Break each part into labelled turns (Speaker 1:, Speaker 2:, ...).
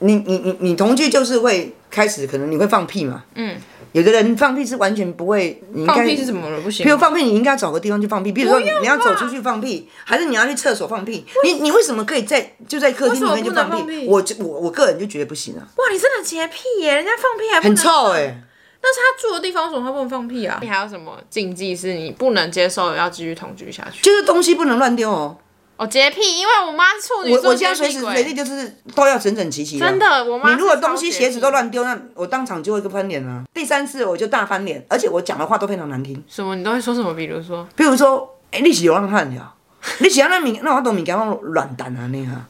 Speaker 1: 你你你你同居就是会开始，可能你会放屁嘛？
Speaker 2: 嗯，
Speaker 1: 有的人放屁是完全不会，你应该
Speaker 2: 放屁是怎么了？不行啊
Speaker 1: 比如放屁，你应该找个地方去放屁，比如说
Speaker 2: 不要吧
Speaker 1: 你要走出去放屁，还是你要去厕所放屁？你你为什么可以在就在客厅里面就
Speaker 2: 为什么
Speaker 1: 放
Speaker 2: 不能放
Speaker 1: 屁？
Speaker 2: 屁
Speaker 1: 我就我我个人就觉得不行啊，
Speaker 2: 哇，你真的洁癖耶！人家放屁还不
Speaker 1: 很
Speaker 2: 能
Speaker 1: 臭哎、
Speaker 2: 但是他住的地方，为什么他不能放屁啊？你还有什么禁忌是你不能接受，要继续同居下去？
Speaker 1: 就是东西不能乱丢哦。
Speaker 2: 哦，洁癖，因为我妈处女
Speaker 1: 我
Speaker 2: 座
Speaker 1: 我现在
Speaker 2: 洁
Speaker 1: 随
Speaker 2: 癖
Speaker 1: 时
Speaker 2: 鬼
Speaker 1: 随地就是都要整整齐齐
Speaker 2: 真的，我妈
Speaker 1: 你如果
Speaker 2: 是超
Speaker 1: 东西
Speaker 2: 洁
Speaker 1: 鞋子都
Speaker 2: 癖
Speaker 1: 乱丢，那我当场就会一个翻脸啊。第三次我就大翻脸，而且我讲的话都非常难听。
Speaker 2: 什么，你都会说什么？比如说，
Speaker 1: 比如说，哎、你是流浪 汉呀？你是要那物那我都物件我乱弹啊你 啊？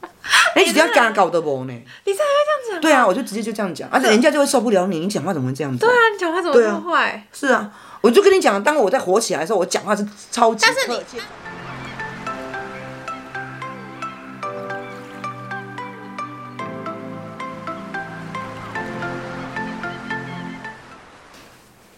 Speaker 1: 你是要干搞的无呢？
Speaker 2: 你才会这样讲。
Speaker 1: 对啊，我就直接就这样讲，而且人家就会受不了你，你讲话怎么会这样子？对
Speaker 2: 对啊，你讲话怎么这么坏？
Speaker 1: 是啊，我就跟你讲，当我在火起来的时候，我讲话是超级
Speaker 2: 是你
Speaker 1: 客气。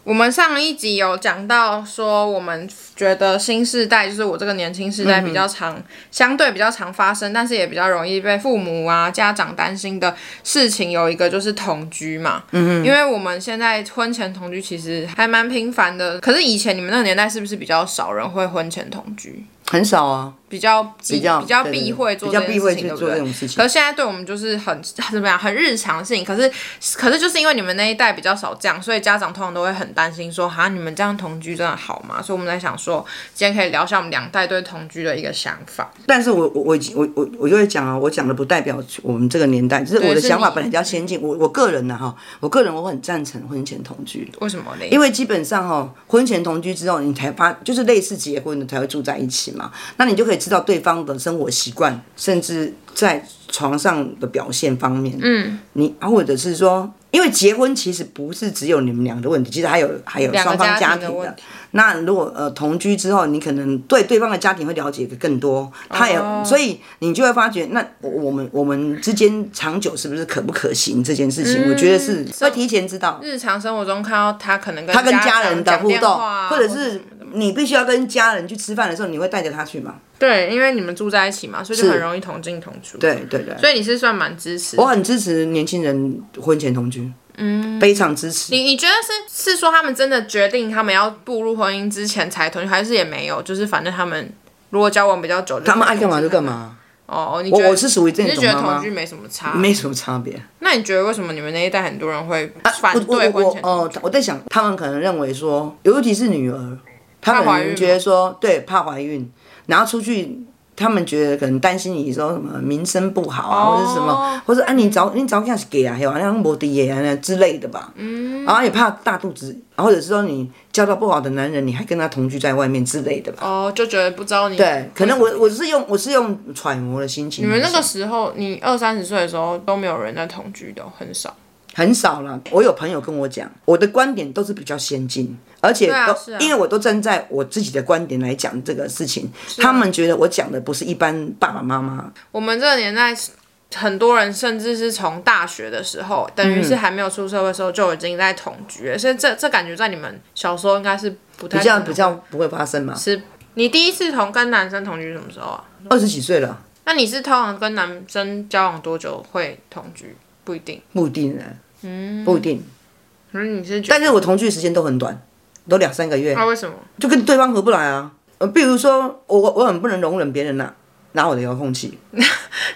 Speaker 2: 我们上一集有讲到说，我们觉得新世代就是我这个年轻世代比较常、相对比较常发生，但是也比较容易被父母啊家长担心的事情，有一个就是同居嘛。嗯嗯。因为我们现在婚前同居其实还蛮频繁的，可是以前你们那个年代是不是比较少人会婚前同居？
Speaker 1: 很少啊，
Speaker 2: 比较比
Speaker 1: 比较
Speaker 2: 比较
Speaker 1: 对对对
Speaker 2: 避讳做
Speaker 1: 比较
Speaker 2: 这件
Speaker 1: 避讳
Speaker 2: 事情
Speaker 1: 去
Speaker 2: 对不
Speaker 1: 做
Speaker 2: 对
Speaker 1: 这种事情
Speaker 2: 可是现在对我们就是很 怎么样，很日常的事情。可是可是就是因为你们那一代比较少这样，所以家长通常都会很担心说，哈，你们这样同居真的好吗？所以我们在想说，今天可以聊一下我们两代对同居的一个想法。
Speaker 1: 但是我我我已经我我我就会讲啊，我讲的不代表我们这个年代，就是我的
Speaker 2: 是你
Speaker 1: 想法本来比较先进。我我个人呢、啊哈，我个人我很赞成婚前同居，
Speaker 2: 为什么呢？
Speaker 1: 因
Speaker 2: 为
Speaker 1: 为基本上哈、哦，婚前同居之后，你才发就是类似结婚的才会住在一起嘛，那你就可以知道对方的生活习惯，甚至在床上的表现方面，嗯，你啊或者是说，因为结婚其实不是只有你们俩的问题，其实还有还有
Speaker 2: 两个
Speaker 1: 双方家
Speaker 2: 家庭的
Speaker 1: 庭
Speaker 2: 问
Speaker 1: 的
Speaker 2: 题。
Speaker 1: 那如果呃同居之后，你可能对对方的家庭会了解的更多，他也、
Speaker 2: 哦
Speaker 1: 所以你就会发觉，那我我们我们之间长久是不是可不可行这件事情，
Speaker 2: 嗯
Speaker 1: 我觉得是要提前知道。
Speaker 2: 日常生活中看到他可能跟
Speaker 1: 他跟
Speaker 2: 家
Speaker 1: 家
Speaker 2: 长
Speaker 1: 人的
Speaker 2: 讲
Speaker 1: 互
Speaker 2: 电
Speaker 1: 动
Speaker 2: 话啊，
Speaker 1: 或者
Speaker 2: 什
Speaker 1: 是
Speaker 2: 么的
Speaker 1: 你必须要跟家人去吃饭的时候，你会带着他去嘛？
Speaker 2: 对，因为你们住在一起嘛，所以就是很容易同进同出。，
Speaker 1: 对对对，
Speaker 2: 所以你是算蛮支持的
Speaker 1: 我很支持年轻人婚前同居，嗯，非常支持。
Speaker 2: 你你觉得是是说他们真的决定他们要步入婚姻之前才同居，还是也没有？就是反正他们如果交往比较久，
Speaker 1: 他们爱干嘛就干。嘛，
Speaker 2: 哦哦，你觉
Speaker 1: 我
Speaker 2: 得
Speaker 1: 我是属于这
Speaker 2: 你是
Speaker 1: 种
Speaker 2: 觉得
Speaker 1: 妈
Speaker 2: 同
Speaker 1: 妈
Speaker 2: 居，没什么差？
Speaker 1: 没什么差别。
Speaker 2: 那你觉得为什么你们那一代很多人会反
Speaker 1: 啊我
Speaker 2: 对
Speaker 1: 我
Speaker 2: 婚
Speaker 1: 我
Speaker 2: 前同
Speaker 1: 哦
Speaker 2: 居？，
Speaker 1: 我在想，他们可能认为说，尤其是女儿，他
Speaker 2: 怕怀孕
Speaker 1: 们
Speaker 2: 吗
Speaker 1: 觉得说，对，怕怀孕，然后出去。他们觉得可能担心你说什么名声不好啊，
Speaker 2: 哦
Speaker 1: 或者是什么，或者啊你早你早干是给啊，还有好像摩的耶啊之类的吧。嗯，然后也怕大肚子，或者是说你交到不好的男人，你还跟他同居在外面之类的吧。
Speaker 2: 哦，就觉得不知道你
Speaker 1: 对，可能我我是用我是用揣摩的心情
Speaker 2: 你
Speaker 1: 来想。
Speaker 2: 们那个时候，你二三十岁的时候都没有人在同居的，很少。
Speaker 1: 很少了。我有朋友跟我讲，我的观点都是比较先进，而且都、
Speaker 2: 啊是啊
Speaker 1: 因为我都站在我自己的观点来讲这个事情，
Speaker 2: 啊
Speaker 1: 他们觉得我讲的不是一般爸爸妈妈，
Speaker 2: 我们这个年代，很多人甚至是从大学的时候，等于是
Speaker 1: 嗯
Speaker 2: 还没有出社会的时候就已经在同居了，所以这这感觉在你们小时候应该是不太
Speaker 1: 比较
Speaker 2: 可能
Speaker 1: 比较不会发生嘛。
Speaker 2: 是。你第一次同跟男生同居什么时候啊？
Speaker 1: 二十几岁了，
Speaker 2: 那你是通常跟男生交往多久会同居？不一定，
Speaker 1: 不一定呢，嗯，不一定。
Speaker 2: 可嗯是你是觉
Speaker 1: 但
Speaker 2: 得
Speaker 1: 是我同居时间都很短，都两三个月，
Speaker 2: 那、为什么？
Speaker 1: 就跟对方合不来啊。呃，比如说我我我很不能容忍别人拿拿我的遥控器，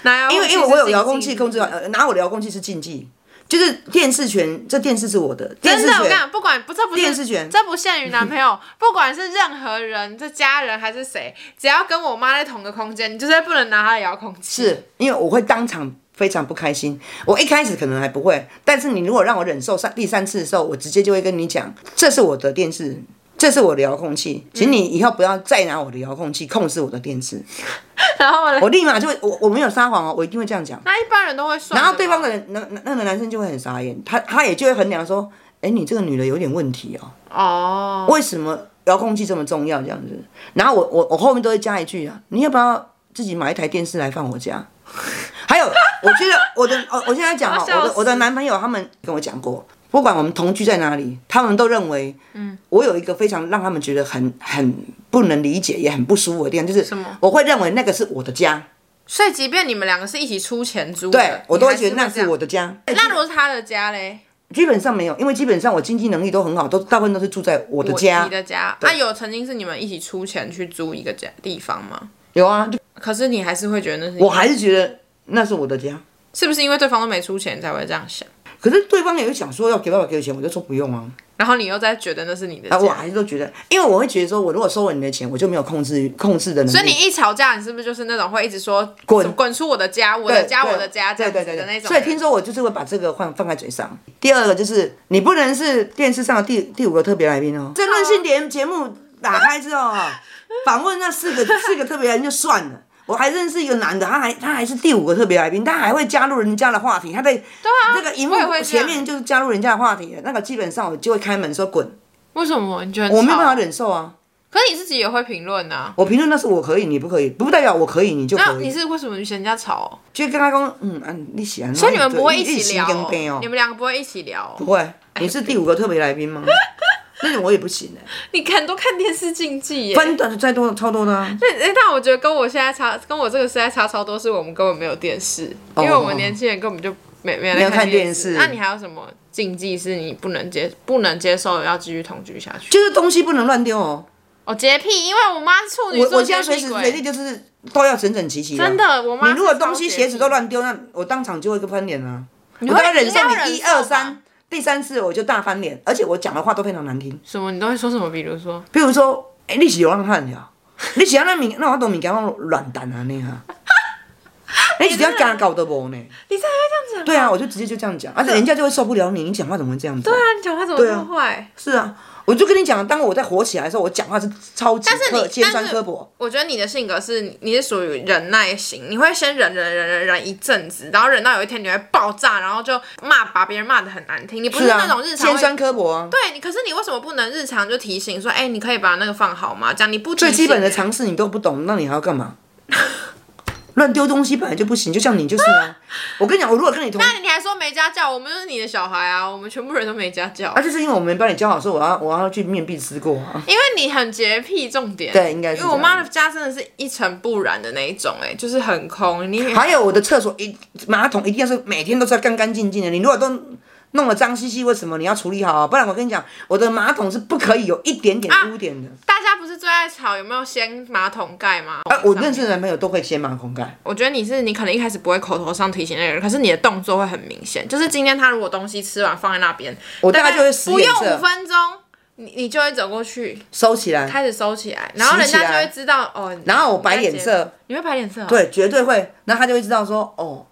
Speaker 2: 那
Speaker 1: 因为因为我有遥控器控制，
Speaker 2: 到。
Speaker 1: 呃，拿我的遥控器是禁忌，就是电视权，这电视是我的，电
Speaker 2: 真
Speaker 1: 视
Speaker 2: 的，我跟你
Speaker 1: 权
Speaker 2: 讲，不管不这不是
Speaker 1: 电视权
Speaker 2: 这不限于男朋友， 不管是任何人，这家人还是谁，只要跟我妈在同个空间，你就是不能拿她的遥控器。
Speaker 1: 是因为我会当场非常不开心。我一开始可能还不会，但是你如果让我忍受三第三次的时候，我直接就会跟你讲，这是我的电视。这是我的遥控器，请你以后不要再拿我的遥控器控制我的电视。
Speaker 2: 然后呢？
Speaker 1: 我立马就会我我没有撒谎哦，我一定会这样讲。
Speaker 2: 那一般人都会算。
Speaker 1: 然后对方的人那那那个男生就会很傻眼，他他也就会衡量说，哎，你这个女的有点问题哦，
Speaker 2: 哦，
Speaker 1: 为什么遥控器这么重要这样子？然后我我我后面都会加一句啊，你要不要自己买一台电视来放我家？ 还有，我觉得我的我我现在讲哈，
Speaker 2: 我要笑
Speaker 1: 我的
Speaker 2: 死
Speaker 1: 我的男朋友他们跟我讲过，不管我们同居在哪里，他们都认为，嗯，我有一个非常让他们觉得很很不能理解也很不舒服的地方，就是
Speaker 2: 什么
Speaker 1: 我会认为那个是我的家，
Speaker 2: 所以即便你们两个是一起出钱租的，
Speaker 1: 对我都会觉得那
Speaker 2: 是
Speaker 1: 是我的家。
Speaker 2: 那如果是他的家嘞，
Speaker 1: 基本上没有，因为基本上我经济能力都很好，都大部分都是住在我的
Speaker 2: 我
Speaker 1: 家
Speaker 2: 你。的家，那、有曾经是你们一起出钱去租一个家地方吗？
Speaker 1: 有啊，就
Speaker 2: 可是你还是会觉得那是
Speaker 1: 我还是觉得那是我的家。
Speaker 2: 是不是因为对方都没出钱你才会这样想？
Speaker 1: 可是对方也会想说要给爸爸给我钱，我就说不用啊。
Speaker 2: 然后你又在觉得那是你的家，
Speaker 1: 啊，我还是都觉得，因为我会觉得说，我如果收了你的钱，我就没有控制控制的能力。
Speaker 2: 所以你一吵架，你是不是就是那种会一直说
Speaker 1: 滚
Speaker 2: 什么滚出我的家，我
Speaker 1: 对
Speaker 2: 的家，
Speaker 1: 对
Speaker 2: 我的家这
Speaker 1: 对
Speaker 2: 样
Speaker 1: 对
Speaker 2: 子
Speaker 1: 对
Speaker 2: 的那
Speaker 1: 对。
Speaker 2: 种？
Speaker 1: 所以听说我就是会把这个放放在嘴上。第二个就是你不能是电视上的第第五个特别来宾哦，争论性节节目打开之后 啊，访问那四个四个特别来宾就算了。我还认识一个男的，他还他还是第五个特别来宾，他还会加入人家的话题，他在
Speaker 2: 啊
Speaker 1: 那个荧幕
Speaker 2: 我也会这
Speaker 1: 前
Speaker 2: 样
Speaker 1: 面就是加入人家的话题，那个基本上我就会开门说滚，
Speaker 2: 为什么你觉得
Speaker 1: 我没有办法
Speaker 2: 吵？
Speaker 1: 忍受啊！
Speaker 2: 可是你自己也会评论啊。
Speaker 1: 我评论那是我可以，你不可以，不代表我可以你就
Speaker 2: 那
Speaker 1: 可
Speaker 2: 你
Speaker 1: 以，
Speaker 2: 是为什么嫌人家吵？
Speaker 1: 就跟他讲，嗯啊，你喜欢，
Speaker 2: 所以你们不会
Speaker 1: 一
Speaker 2: 起聊
Speaker 1: 跟杯
Speaker 2: 哦
Speaker 1: 哦，
Speaker 2: 你们两个不会一起聊哦。
Speaker 1: 不会，你是第五个特别来宾吗？那种我也不行 哎、
Speaker 2: 你看都看电视竞技耶。
Speaker 1: 分的再多超多的、啊，
Speaker 2: 那那我觉得跟我现在差，跟我这个时代差超多，是我们根本没有电视，因为我们年轻人根本就没没有
Speaker 1: 哦没有
Speaker 2: 在
Speaker 1: 看
Speaker 2: 电
Speaker 1: 电视
Speaker 2: 那你还有什么禁忌是你不能接不能接受，要继续同居下去？
Speaker 1: 就是东西不能乱丢哦。
Speaker 2: 哦，洁癖，因为我妈处女
Speaker 1: 我
Speaker 2: 座
Speaker 1: 我现在
Speaker 2: 洁
Speaker 1: 随
Speaker 2: 癖
Speaker 1: 时
Speaker 2: 鬼
Speaker 1: 随地就是都要整整齐齐、啊。
Speaker 2: 真。的，我妈
Speaker 1: 你如果
Speaker 2: 是超
Speaker 1: 东西
Speaker 2: 洁
Speaker 1: 鞋子
Speaker 2: 癖
Speaker 1: 都乱丢，那我当场就会一个翻脸啊！我
Speaker 2: 会
Speaker 1: 大概忍受
Speaker 2: 你要
Speaker 1: 你
Speaker 2: 忍
Speaker 1: 一
Speaker 2: 受
Speaker 1: 二
Speaker 2: 吧
Speaker 1: 三，第三次我就大翻脸，而且我讲的话都非常难听。
Speaker 2: 什么，你都会说什么？比如说，
Speaker 1: 比如说，哎、你是流浪汉呀？你是要那物，那我都物件我乱弹啊你 啊！你是要干搞的无呢？
Speaker 2: 你才会这样讲。
Speaker 1: 对啊，我就直接就这样讲，而且人家就会受不了你，你讲话怎么会这样子、啊？
Speaker 2: 对啊，你讲话怎么这么坏？
Speaker 1: 是啊，我就跟你讲，当我在火起来的时候，我讲话是超级
Speaker 2: 是
Speaker 1: 刻
Speaker 2: 你
Speaker 1: 尖
Speaker 2: 但
Speaker 1: 酸
Speaker 2: 是
Speaker 1: 刻薄。
Speaker 2: 我觉得你的性格是，你是属于忍耐型，你会先忍忍忍忍忍一阵子，然后忍到有一天你会爆炸，然后就骂把别人骂的很难听。你不
Speaker 1: 是啊，
Speaker 2: 那种日常
Speaker 1: 尖
Speaker 2: 会
Speaker 1: 酸刻薄啊，
Speaker 2: 对你，可是你为什么不能日常就提醒说，哎、你可以把那个放好吗？这样你不
Speaker 1: 最
Speaker 2: 最
Speaker 1: 基本的常识你都不懂，那你还要干 嘛？乱丢东西本来就不行，就像你就是啊。我跟你讲，我如果跟你同，
Speaker 2: 那你还说没家教，我们就是你的小孩啊，我们全部人都没家教，
Speaker 1: 啊，就是因为我没帮你教好，所以我要我要去面壁思过啊。
Speaker 2: 因为你很洁癖，重点
Speaker 1: 对应该是
Speaker 2: 因为我
Speaker 1: 这样
Speaker 2: 妈的家真的是一尘不染的那一种、哎，就是很空，你
Speaker 1: 还有我的厕所一马桶一定要是每天都是要干干净净的，你如果都。弄了脏兮兮，为什么你要处理好啊？不然我跟你讲，我的马桶是不可以有一点点污点的。
Speaker 2: 大家不是最爱吵有没有掀马桶盖吗？
Speaker 1: 啊我认识的男朋友都会掀马桶盖。
Speaker 2: 我觉得你是你可能一开始不会口头上提醒那个人，可是你的动作会很明显。就是今天他如果东西吃完放在那边，
Speaker 1: 我大概就会使
Speaker 2: 不
Speaker 1: 眼
Speaker 2: 用
Speaker 1: 色
Speaker 2: 五分钟，你你就会走过去
Speaker 1: 收起来，
Speaker 2: 开始收起来，然后人
Speaker 1: 起
Speaker 2: 家
Speaker 1: 来
Speaker 2: 就会知道哦。
Speaker 1: 然后我摆脸
Speaker 2: 你在
Speaker 1: 色
Speaker 2: 结，，你会摆脸色、哦？，
Speaker 1: 对，绝对会，然后他就会知道说，哦，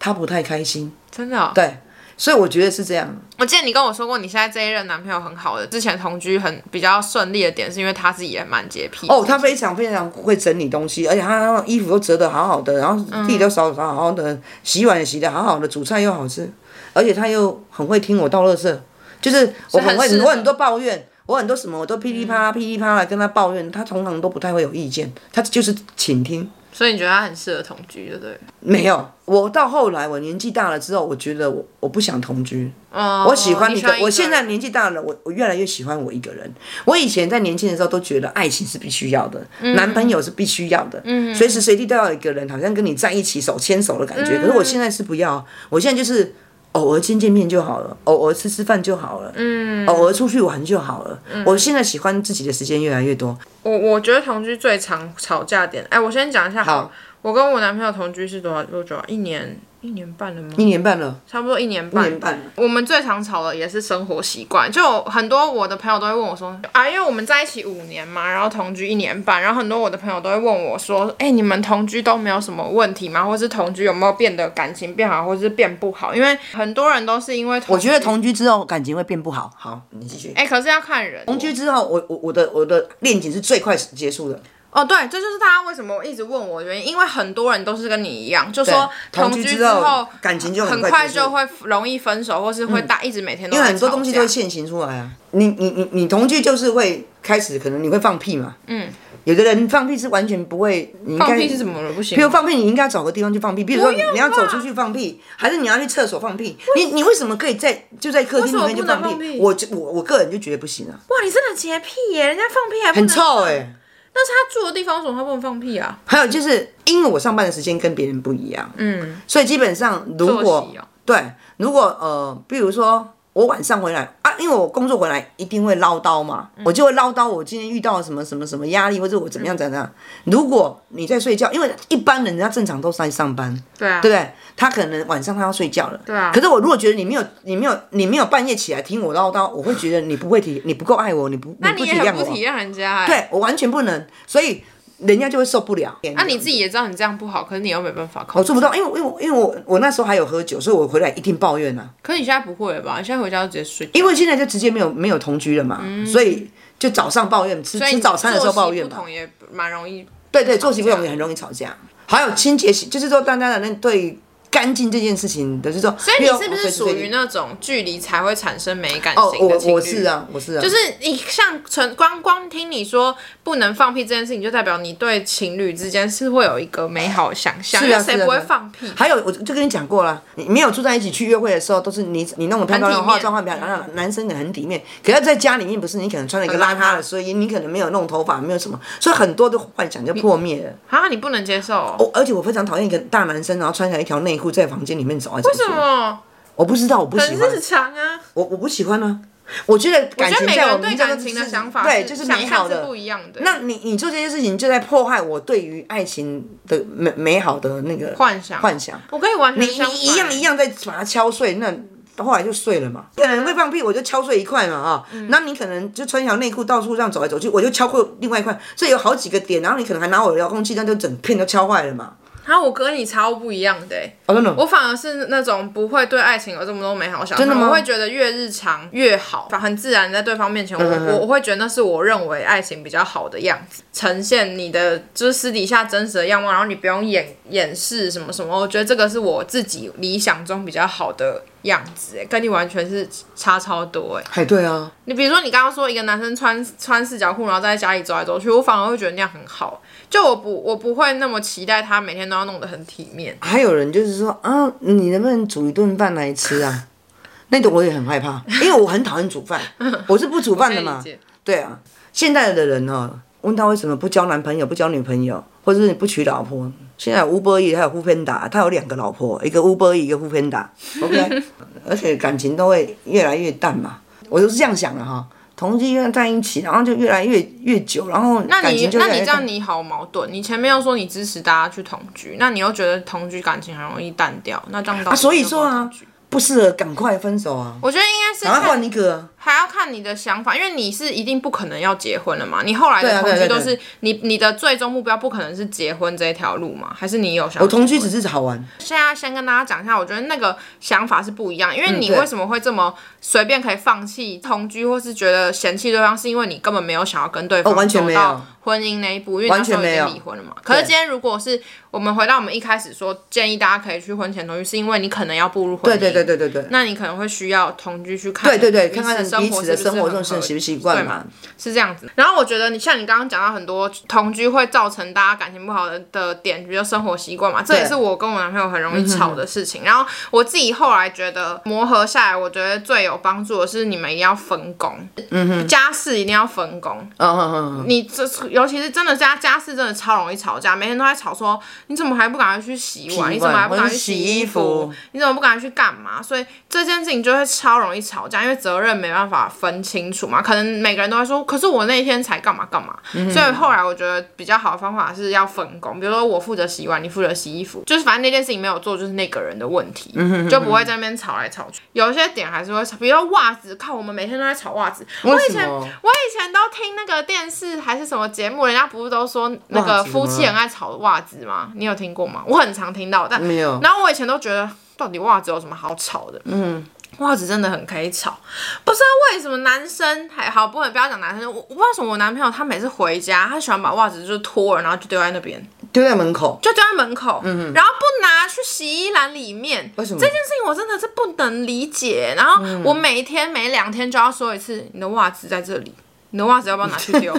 Speaker 1: 他不太开心，
Speaker 2: 真的、哦。
Speaker 1: 对，所以我觉得是这样，
Speaker 2: 我记得你跟我说过，你现在这一任男朋友很好的，之前同居很比较顺利的点，是因为他自己也蛮洁癖。
Speaker 1: 哦，，他非常非常会整理东西，而且他衣服都折得好好的，然后
Speaker 2: 嗯
Speaker 1: 地都扫扫好好的，洗碗也洗得好好的，煮菜又好吃，而且他又很会听我倒垃圾，就是我
Speaker 2: 以很
Speaker 1: 很会，
Speaker 2: 适合嗯
Speaker 1: 我很多抱怨。我很多什么我都噼里啪啦噼里啪啦跟他抱怨，他通常都不太会有意见，他就是倾听。
Speaker 2: 所以你觉得他很适合同居，对不对？
Speaker 1: 没有，我到后来我年纪大了之后，我觉得我我不想同居，
Speaker 2: 哦，
Speaker 1: 我喜欢
Speaker 2: 你
Speaker 1: 一
Speaker 2: 喜
Speaker 1: 个
Speaker 2: 欢，一
Speaker 1: 我现在
Speaker 2: 人
Speaker 1: 年纪大了，我我越来越喜欢我一个人。我以前在年轻的时候都觉得爱情是必须要的，
Speaker 2: 嗯
Speaker 1: 男朋友是必须要的，随时随地都要有一个人，好像跟你在一起手牵手的感
Speaker 2: 嗯
Speaker 1: 觉。可是我现在是不要，我现在就是偶尔见见面就好了，偶尔吃吃饭就好了，
Speaker 2: 嗯
Speaker 1: 偶尔出去玩就好了。我现在喜欢自己的时间越来越多，
Speaker 2: 我我觉得同居最常吵架点，哎，我先讲一下，
Speaker 1: 好，
Speaker 2: 我跟我男朋友同居是多少多久啊？一年一年半了吗？
Speaker 1: 一年半了，
Speaker 2: 差不多一年
Speaker 1: 一
Speaker 2: 半。
Speaker 1: 年半了。
Speaker 2: 我们最常吵的也是生活习惯，就很多我的朋友都会问我说啊，因为我们在一起五年嘛，然后同居一年半，然后很多我的朋友都会问我说，哎、你们同居都没有什么问题吗？或是同居有没有变得感情变好，或是变不好？因为很多人都是因为同
Speaker 1: 我觉得同居之后感情会变不好。好，你继续。
Speaker 2: 哎、可是要看人
Speaker 1: 同居之后，我我我的我的恋情是最快结束的。
Speaker 2: 哦，对，这就是大家为什么一直问我的原因，因为很多人都是跟你一样，就说
Speaker 1: 对同
Speaker 2: 居
Speaker 1: 居
Speaker 2: 之
Speaker 1: 后感情就很
Speaker 2: 很
Speaker 1: 快
Speaker 2: 快
Speaker 1: 结束嗯
Speaker 2: 就会容易分手，或是会大、一直每天都因
Speaker 1: 因为很多东西都会现行出来啊。你你你你同居就是会开始，可能你会放屁嘛。嗯。有的人放屁是完全不会，你应该
Speaker 2: 放屁是怎么了？不行
Speaker 1: 比如
Speaker 2: 吗，
Speaker 1: 放屁，你应该找个地方去放屁，比如说
Speaker 2: 不用
Speaker 1: 你要
Speaker 2: 吧
Speaker 1: 走出去放屁，还是你要去厕所放屁？你你为什么可以在就在客厅里面就
Speaker 2: 为什么不能
Speaker 1: 屁？
Speaker 2: 放屁
Speaker 1: 我就我我个人就觉得不行啊，
Speaker 2: 哇，你真的洁癖耶！人家放屁还不
Speaker 1: 很
Speaker 2: 能
Speaker 1: 臭哎、
Speaker 2: 但是他住的地方为什么他不能放屁啊？
Speaker 1: 还有就是，因为我上班的时间跟别人不一样，嗯，所以基本上如果、
Speaker 2: 作息哦
Speaker 1: 对，如果呃，比如说我晚上回来啊，因为我工作回来一定会唠叨嘛，
Speaker 2: 嗯
Speaker 1: 我就会唠叨我今天遇到什么什么什么压力，或者我怎么样怎么样。如果你在睡觉，因为一般人家正常都是在上班，
Speaker 2: 对啊，
Speaker 1: 对不对？他可能晚上他要睡觉了，对
Speaker 2: 啊
Speaker 1: 可是我如果觉得你没有、你没有、你没有半夜起来听我唠叨，我会觉得你不会体、你不够爱我，你不
Speaker 2: 那
Speaker 1: 你不
Speaker 2: 你
Speaker 1: 体
Speaker 2: 也
Speaker 1: 谅
Speaker 2: 很不
Speaker 1: 我，
Speaker 2: 体谅人家哎、
Speaker 1: 对我完全不能，所以人家就会受不了。
Speaker 2: 那、你自己也知道你这样不好，可是你又没办法控
Speaker 1: 我
Speaker 2: 制。
Speaker 1: 做不到，因为我因为我因为我我那时候还有喝酒，所以我回来一定抱怨啊。
Speaker 2: 可是你现在不会了吧？你现在回家就直接睡觉，
Speaker 1: 因为现在就直接没有没有同居了嘛，所以就早上抱怨，吃
Speaker 2: 嗯所以
Speaker 1: 吃
Speaker 2: 你
Speaker 1: 早餐的时候
Speaker 2: 作息
Speaker 1: 抱怨
Speaker 2: 不
Speaker 1: 嘛。
Speaker 2: 同也蛮容易。
Speaker 1: 对对，作息不同也很容易吵架。还有清洁习，就是说大家的那对干净这件事情的，就是说，
Speaker 2: 所以你是不
Speaker 1: 六
Speaker 2: 是
Speaker 1: 哦
Speaker 2: 属
Speaker 1: 对对对
Speaker 2: 于那种距离才会产生美感
Speaker 1: 哦，
Speaker 2: 型的情
Speaker 1: 我
Speaker 2: 侣？
Speaker 1: 我是。啊，我是啊，
Speaker 2: 就是你像纯光光听你说不能放屁这件事情，就代表你对情侣之间是会有一个美好的想象，
Speaker 1: 是啊
Speaker 2: 因为
Speaker 1: 是
Speaker 2: 谁
Speaker 1: 啊
Speaker 2: 不会
Speaker 1: 是啊
Speaker 2: 放屁？
Speaker 1: 还有，我就跟你讲过了，你没有住在一起去约会的时候，都是你你弄得漂漂亮
Speaker 2: 很
Speaker 1: 亮，
Speaker 2: 体面
Speaker 1: 化妆化漂亮，让男生也很体面。可是在家里面，不是你可能穿了一个邋遢的睡衣，你可能没有弄头发，没有什么，所以很多的幻想就破灭了。
Speaker 2: 啊，你不能接受、哦？
Speaker 1: 我而且我非常讨厌一个大男生，然后穿起来一条内裤在房间里面走来走
Speaker 2: 为什
Speaker 1: 去。
Speaker 2: 么？
Speaker 1: 我不知道，我不喜
Speaker 2: 很
Speaker 1: 欢，
Speaker 2: 日常啊。
Speaker 1: 我我不喜欢啊。我觉得
Speaker 2: 我
Speaker 1: 感
Speaker 2: 觉
Speaker 1: 情
Speaker 2: 得每个
Speaker 1: 在我
Speaker 2: 人
Speaker 1: 们
Speaker 2: 对
Speaker 1: 这个
Speaker 2: 感情的
Speaker 1: 是
Speaker 2: 想法
Speaker 1: 对，就是
Speaker 2: 想
Speaker 1: 美
Speaker 2: 象
Speaker 1: 好
Speaker 2: 是
Speaker 1: 的
Speaker 2: 不。一样的。
Speaker 1: 那你你做这些事情就在破坏我对于爱情的美美好的那个
Speaker 2: 幻想
Speaker 1: 幻想。
Speaker 2: 我跟你完
Speaker 1: 你
Speaker 2: 全相
Speaker 1: 你一样一样
Speaker 2: 样，
Speaker 1: 在把它敲碎，那后来就碎了嘛。可能会放屁，我就敲碎一块嘛啊、
Speaker 2: 嗯
Speaker 1: 那你可能就穿一条内裤到处这样走来走去，我就敲破另外一块，所以有好几个点，然后你可能还拿我的遥控器，那就整片都敲坏了嘛。
Speaker 2: 然后我跟你超不一样的欸、
Speaker 1: 哦，真的，
Speaker 2: 我反而是那种不会对爱情有这么多美好想象，
Speaker 1: 真的吗
Speaker 2: 我会觉得越日常越好，很自然在对方面前，
Speaker 1: 嗯
Speaker 2: 我我我会觉得那是我认为爱情比较好的样子，呈现你的就是私底下真实的样貌，然后你不用掩掩饰什么什么，我觉得这个是我自己理想中比较好的样子、欸，跟你完全是差超多、欸，
Speaker 1: 哎，对啊，
Speaker 2: 你比如说，你刚刚说一个男生穿穿四角裤，然后在家里走来走去，我反而会觉得那样很好。就我不我不会那么期待他每天都要弄得很体面。
Speaker 1: 还有人就是说啊，你能不能煮一顿饭来吃啊？ 那种我也很害怕，因为我很讨厌煮 饭，我是不煮饭的嘛
Speaker 2: 可以。理解
Speaker 1: 对啊，现在的人哦，问他为什么不交男朋友、不交女朋友，或者是不娶老婆？现在有 Uber E 还有 f o o p a n d a 他有两个老婆，一个 Uber E，一个 f o o p a n d a OK，而且感情都会越来越淡嘛。我就是这样想的哈，同居越在一起，然后就越来越越久，然后
Speaker 2: 那
Speaker 1: 感
Speaker 2: 你
Speaker 1: 情就
Speaker 2: 那
Speaker 1: 越来
Speaker 2: 你
Speaker 1: 越
Speaker 2: 这
Speaker 1: 淡
Speaker 2: 样你好矛盾。你前面又说你支持大家去同居，那你又觉得同居感情很容易淡掉，那这样到底
Speaker 1: 啊所以
Speaker 2: 适不适合
Speaker 1: 说啊
Speaker 2: 同居，
Speaker 1: 不适合，赶快分手啊，
Speaker 2: 我觉得应该是
Speaker 1: 然后
Speaker 2: 看
Speaker 1: 换一个、啊。
Speaker 2: 还要看你的想法，因为你是一定不可能要结婚了嘛。你后来
Speaker 1: 对
Speaker 2: 的
Speaker 1: 啊
Speaker 2: 同
Speaker 1: 对对
Speaker 2: 居都
Speaker 1: 对
Speaker 2: 是你你的最终目标不可能是结婚这一条路嘛？还是你有想
Speaker 1: 我同居
Speaker 2: 结婚
Speaker 1: 只是好玩，
Speaker 2: 现在先跟大家讲一下，我觉得那个想法是不一样，因为你
Speaker 1: 嗯对
Speaker 2: 为什么会这么随便可以放弃同居，或是觉得嫌弃对方，是因为你根本没有想要跟对方
Speaker 1: 哦完全
Speaker 2: 走
Speaker 1: 没有
Speaker 2: 到婚姻那一步，因为你那时
Speaker 1: 完全
Speaker 2: 候已
Speaker 1: 没有
Speaker 2: 经离婚了嘛。可是今天如果是我们回到我们一开始说，建议大家可以去婚前同居，是因为你可能要步入婚
Speaker 1: 对
Speaker 2: 姻，
Speaker 1: 对对对对对。
Speaker 2: 那你可能会需要同居去看，
Speaker 1: 对对对，看看彼此的生活
Speaker 2: 中
Speaker 1: 中
Speaker 2: 是
Speaker 1: 是
Speaker 2: 不是
Speaker 1: 习
Speaker 2: 很
Speaker 1: 不习
Speaker 2: 对
Speaker 1: 惯
Speaker 2: 嘛
Speaker 1: 嘛？
Speaker 2: 是这样子。然后我觉得你像你刚刚讲到很多同居会造成大家感情不好的的点，比如说生活习惯嘛，这也是我跟我男朋友很容易吵的事情。然后我自己后来觉得磨合下来，我觉得最有帮助的是你们一定要分工，嗯哼，家事一定要分工。
Speaker 1: 嗯嗯嗯嗯，
Speaker 2: 你这尤其是真的家家事真的超容易吵架，每天都在吵说你怎么还不赶快去洗碗，
Speaker 1: 洗
Speaker 2: 你怎么
Speaker 1: 碗
Speaker 2: 还不赶
Speaker 1: 或
Speaker 2: 快
Speaker 1: 者
Speaker 2: 去
Speaker 1: 洗
Speaker 2: 衣
Speaker 1: 衣服
Speaker 2: 你怎么不赶快去干嘛？所以这件事情就会超容易吵架，因为责任没办法分清楚嘛。可能每个人都会说，可是我那天才干嘛干嘛。
Speaker 1: 嗯
Speaker 2: 所以后来我觉得比较好的方法是要分工，比如说我负责洗碗，你负责洗衣服，就是反正那件事情没有做，就是那个人的问题，
Speaker 1: 嗯
Speaker 2: 就不会在那边吵来吵去。有一些点还是会吵，比如说袜子，靠，我们每天都在吵袜子，我以前
Speaker 1: 为什么
Speaker 2: 我以前都听那个电视还是什么节目，人家不是都说那个
Speaker 1: 袜子吗
Speaker 2: 夫妻很爱吵袜子吗？你有听过吗？我很常听到，但
Speaker 1: 没有
Speaker 2: 然后我以前都觉得，到底袜子有什么好吵的？嗯。袜子真的很可以吵，不知道为什么男生还好，不能不要讲男生，我我不知道为什么我男朋友他每次回家，他喜欢把袜子就脱了，然后就丢在那边，
Speaker 1: 丢在门口，
Speaker 2: 就丢在门口，然后不拿去洗衣篮里面。
Speaker 1: 嗯为什么嗯
Speaker 2: 这件事情我真的是不能理解。然后我每天每两天就要说一次，你的袜子在这里，你的袜子要不要拿去 丢？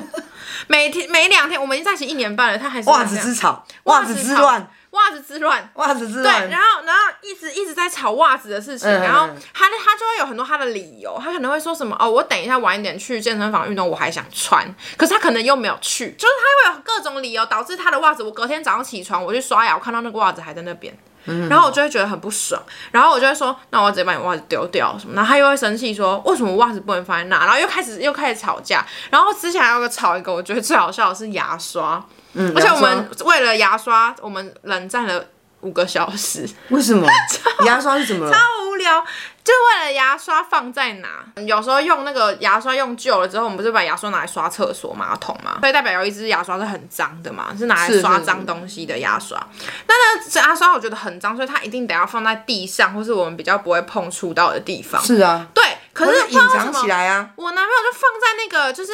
Speaker 2: 每天每两天，我们已经在一起一年半了，他还是
Speaker 1: 袜子
Speaker 2: 这样
Speaker 1: 之草，
Speaker 2: 袜
Speaker 1: 袜
Speaker 2: 子
Speaker 1: 子
Speaker 2: 之
Speaker 1: 之
Speaker 2: 草
Speaker 1: 乱，
Speaker 2: 袜子之乱。
Speaker 1: 袜子之
Speaker 2: 对，
Speaker 1: 乱
Speaker 2: 然，后然后一直一直在吵袜子的事情，
Speaker 1: 嗯
Speaker 2: 然后他他就会有很多他的理由，他可能会说什么哦，我等一下晚一点去健身房运动，我还想穿，可是他可能又没有去，就是他会有各种理由导致他的袜子，我隔天早上起床我去刷牙，我看到那个袜子还在那边。然后我就会觉得很不爽，然后我就会说，那我要直接把你袜子丢掉什么，然后他又会生气说，为什么袜子不能放在那？然后又开始又开始吵架，然后之前还有个吵一个，我觉得最好笑的是牙刷，嗯，而且我
Speaker 1: 牙
Speaker 2: 们为了牙刷，我们冷战了五个小时，
Speaker 1: 为 什么？牙刷是怎么了？
Speaker 2: 超无聊，就为了牙刷放在哪？有时候用那个牙刷用旧了之后，我们不是把牙刷拿来刷厕所马桶嘛，所以代表有一支牙刷是很脏的嘛，是拿来
Speaker 1: 是
Speaker 2: 刷
Speaker 1: 是
Speaker 2: 脏东西的牙刷。那那牙刷我觉得很脏，所以它一定得要放在地上，或是我们比较不会碰触到的地方。
Speaker 1: 是啊，
Speaker 2: 对，可
Speaker 1: 它
Speaker 2: 是
Speaker 1: 是
Speaker 2: 不知
Speaker 1: 隐
Speaker 2: 道为什
Speaker 1: 藏
Speaker 2: 么
Speaker 1: 起来 啊。
Speaker 2: 我男朋友就放在那个，就是